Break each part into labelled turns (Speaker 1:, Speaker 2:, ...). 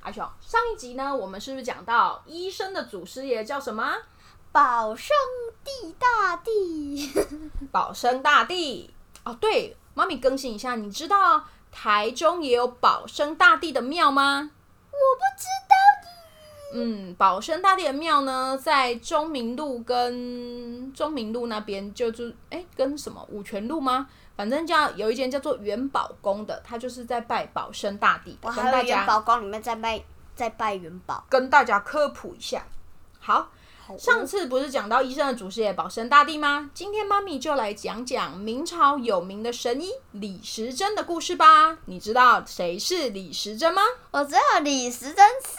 Speaker 1: 阿雄，上一集呢，我们是不是讲到医生的祖师爷叫什么啊？
Speaker 2: 保送地大地，
Speaker 1: 保生大帝。哦，对，妈咪更新一下，你知道台中也有保生大帝的庙吗？
Speaker 2: 我不知道
Speaker 1: 嗯，保生大帝的庙呢，在中明路跟中明路那边，就住哎、跟什么五泉路吗？反正叫有一间叫做元宝宫的，它就是在拜保生大帝
Speaker 2: 我
Speaker 1: 的，跟
Speaker 2: 还
Speaker 1: 大
Speaker 2: 有元
Speaker 1: 家
Speaker 2: 宝宫里面在拜在拜元宝，
Speaker 1: 跟大家科普一下。好，
Speaker 2: 哦
Speaker 1: 上次不是讲到医生的祖师爷保生大帝吗？今天妈咪就来讲讲明朝有名的神医李时珍的故事吧。你知道谁是李时珍吗？
Speaker 2: 我只有李时珍是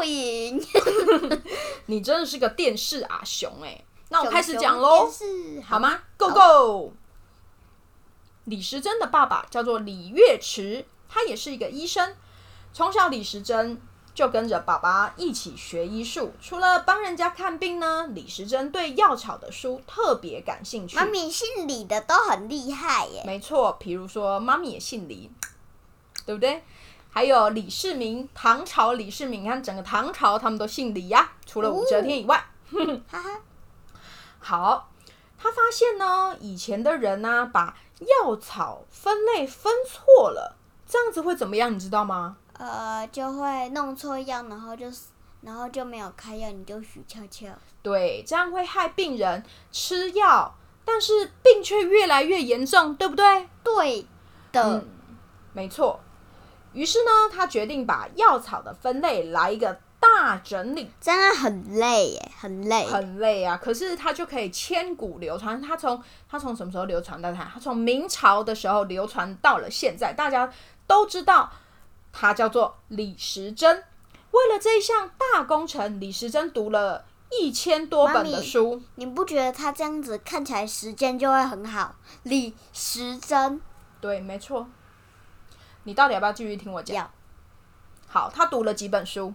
Speaker 2: 雾影。
Speaker 1: 你真的是个电视阿雄哎、那我开始
Speaker 2: 熊
Speaker 1: 讲喽。
Speaker 2: 熊电视
Speaker 1: 好？吗？Go Go！李时珍的爸爸叫做李月池，他也是一个医生。从小，李时珍就跟着爸爸一起学医术。除了帮人家看病呢，李时珍对药草的书特别感兴趣
Speaker 2: 妈。咪姓李的都很厉害耶，
Speaker 1: 没错，比如说妈咪也姓李，对不对？还有李世民，唐朝李世民，你看整个唐朝他们都姓李呀、除了武则天以外。
Speaker 2: 哈哈，
Speaker 1: 好，他发现呢，以前的人呢、把药草分类分错了，这样子会怎么样？你知道吗？
Speaker 2: 呃，就会弄错药，然后就是，然后就没有开药，你就许翘翘。
Speaker 1: 对，这样会害病人吃药，但是病却越来越严重，对不对？
Speaker 2: 对的，
Speaker 1: 嗯没错。于是呢，他决定把药草的分类来一个大整理，
Speaker 2: 真的很累耶，很累。
Speaker 1: 很累啊。可是它就可以千古流传。它从它从什么时候流传到它？它从明朝的时候流传到了现在，大家都知道它叫做李时珍。为了这一项大工程，李时珍读了一千多本
Speaker 2: 妈
Speaker 1: 的
Speaker 2: 咪
Speaker 1: 书。
Speaker 2: 你不觉得他这样子看起来时间就会很好？李时珍
Speaker 1: 对，没错。你到底要不要继续听我讲？
Speaker 2: 要
Speaker 1: 好，他读了几本书？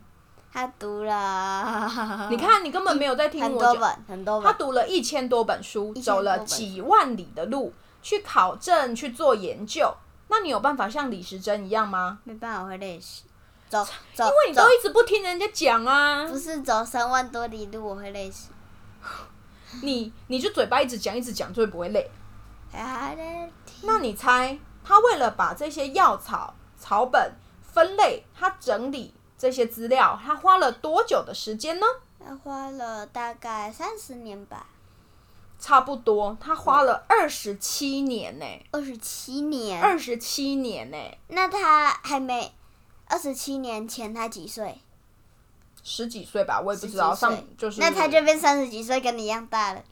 Speaker 2: 他读了，
Speaker 1: 你看，你根本没有在听
Speaker 2: 嗯很
Speaker 1: 我
Speaker 2: 多
Speaker 1: 讲。
Speaker 2: 本，很多
Speaker 1: 他
Speaker 2: 本。
Speaker 1: 读了一千多本书，
Speaker 2: 1000
Speaker 1: 走了
Speaker 2: 多本书
Speaker 1: 几万里的路去考证、去做研究。那你有办法像李时珍一样吗？
Speaker 2: 没办法，我会累死。走走，
Speaker 1: 因为你
Speaker 2: 走
Speaker 1: 都一直不听人家讲啊，
Speaker 2: 不是走三万多里路，我会累死。
Speaker 1: 你你就嘴巴一直讲一直讲，就会不会累？
Speaker 2: 啊嘞
Speaker 1: 那你猜他为了把这些药草草本分类，他整理这些资料，他花了多久的时间呢？
Speaker 2: 他花了大概三十年吧，
Speaker 1: 差不多，他花了二十七年呢、
Speaker 2: 二十七年。
Speaker 1: 二十七年呢、
Speaker 2: 那他还没二十七年前，他几岁？
Speaker 1: 十几岁吧，我也不知道，
Speaker 2: 十几
Speaker 1: 上
Speaker 2: 岁
Speaker 1: 就是
Speaker 2: 那他就变三十几岁，跟你一样大了，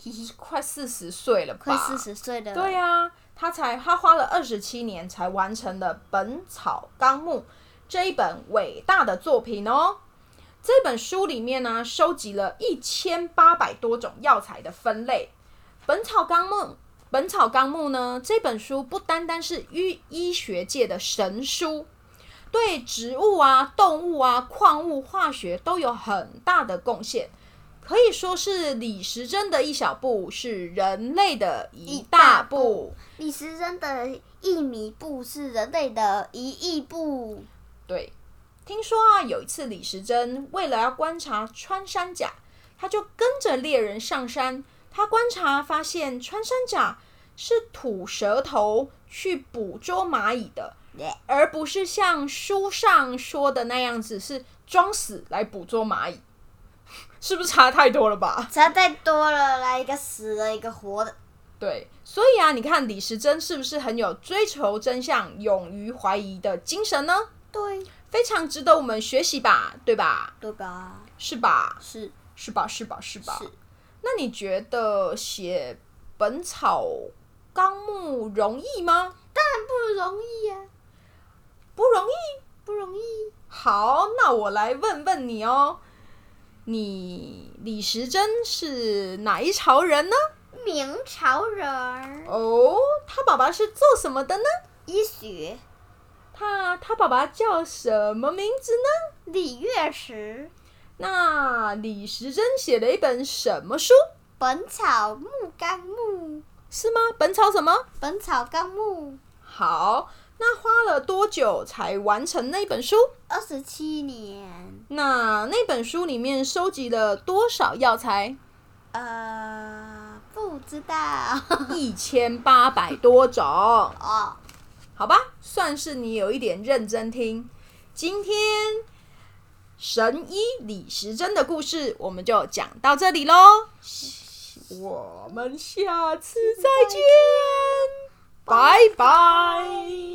Speaker 2: 嘿嘿，
Speaker 1: 快四十岁了吧？
Speaker 2: 快四十岁了。
Speaker 1: 对、呀、他才他花了二十七年才完成了《本草纲目》这一本伟大的作品哦。这本书里面呢，收集了一千八百多种药材的分类。《本草纲目》《本草纲目》呢，这本书不单单是医医学界的神书，对植物啊、动物啊、矿物、化学都有很大的贡献。可以说是李时珍的一小步，是人类的
Speaker 2: 一
Speaker 1: 一大
Speaker 2: 大步
Speaker 1: 步。
Speaker 2: 李时珍的一米步是人类的一亿步。
Speaker 1: 对，听说啊，有一次李时珍为了要观察穿山甲，他就跟着猎人上山。他观察发现，穿山甲是吐舌头去捕捉蚂蚁的，而不是像书上说的那样子，是装死来捕捉蚂蚁。 是不是差太多了吧？
Speaker 2: 实在太多了，来一个死的，一个活的。
Speaker 1: 对，所以啊，你看李时珍是不是很有追求真相、勇于怀疑的精神呢？
Speaker 2: 对，
Speaker 1: 非常值得我们学习吧，对吧？
Speaker 2: 对吧？
Speaker 1: 是吧？
Speaker 2: 是
Speaker 1: 是吧？是吧？是吧？
Speaker 2: 是。
Speaker 1: 那你觉得写《本草纲目》容易吗？
Speaker 2: 不容易呀、
Speaker 1: 不容易。
Speaker 2: 不容易。
Speaker 1: 好，那我来问问你哦，你李时珍是哪一朝人呢？
Speaker 2: 明朝人儿
Speaker 1: 哦，他爸爸是做什么的呢？
Speaker 2: 医学，
Speaker 1: 他他爸爸叫什么名字呢？
Speaker 2: 李月石，
Speaker 1: 那李时珍写了一本什么书？
Speaker 2: 《本草木纲目》，《
Speaker 1: 是吗？本草什么？
Speaker 2: 本草纲目》
Speaker 1: 好，那花了多久才完成那本书？
Speaker 2: 二十七年，
Speaker 1: 那那本书里面收集了多少药材？
Speaker 2: 呃，不知道
Speaker 1: 一千八百多种，
Speaker 2: 哦。
Speaker 1: 好吧，算是你有一点认真听。今天神医李时珍的故事我们就讲到这里喽，我们下次再见，拜拜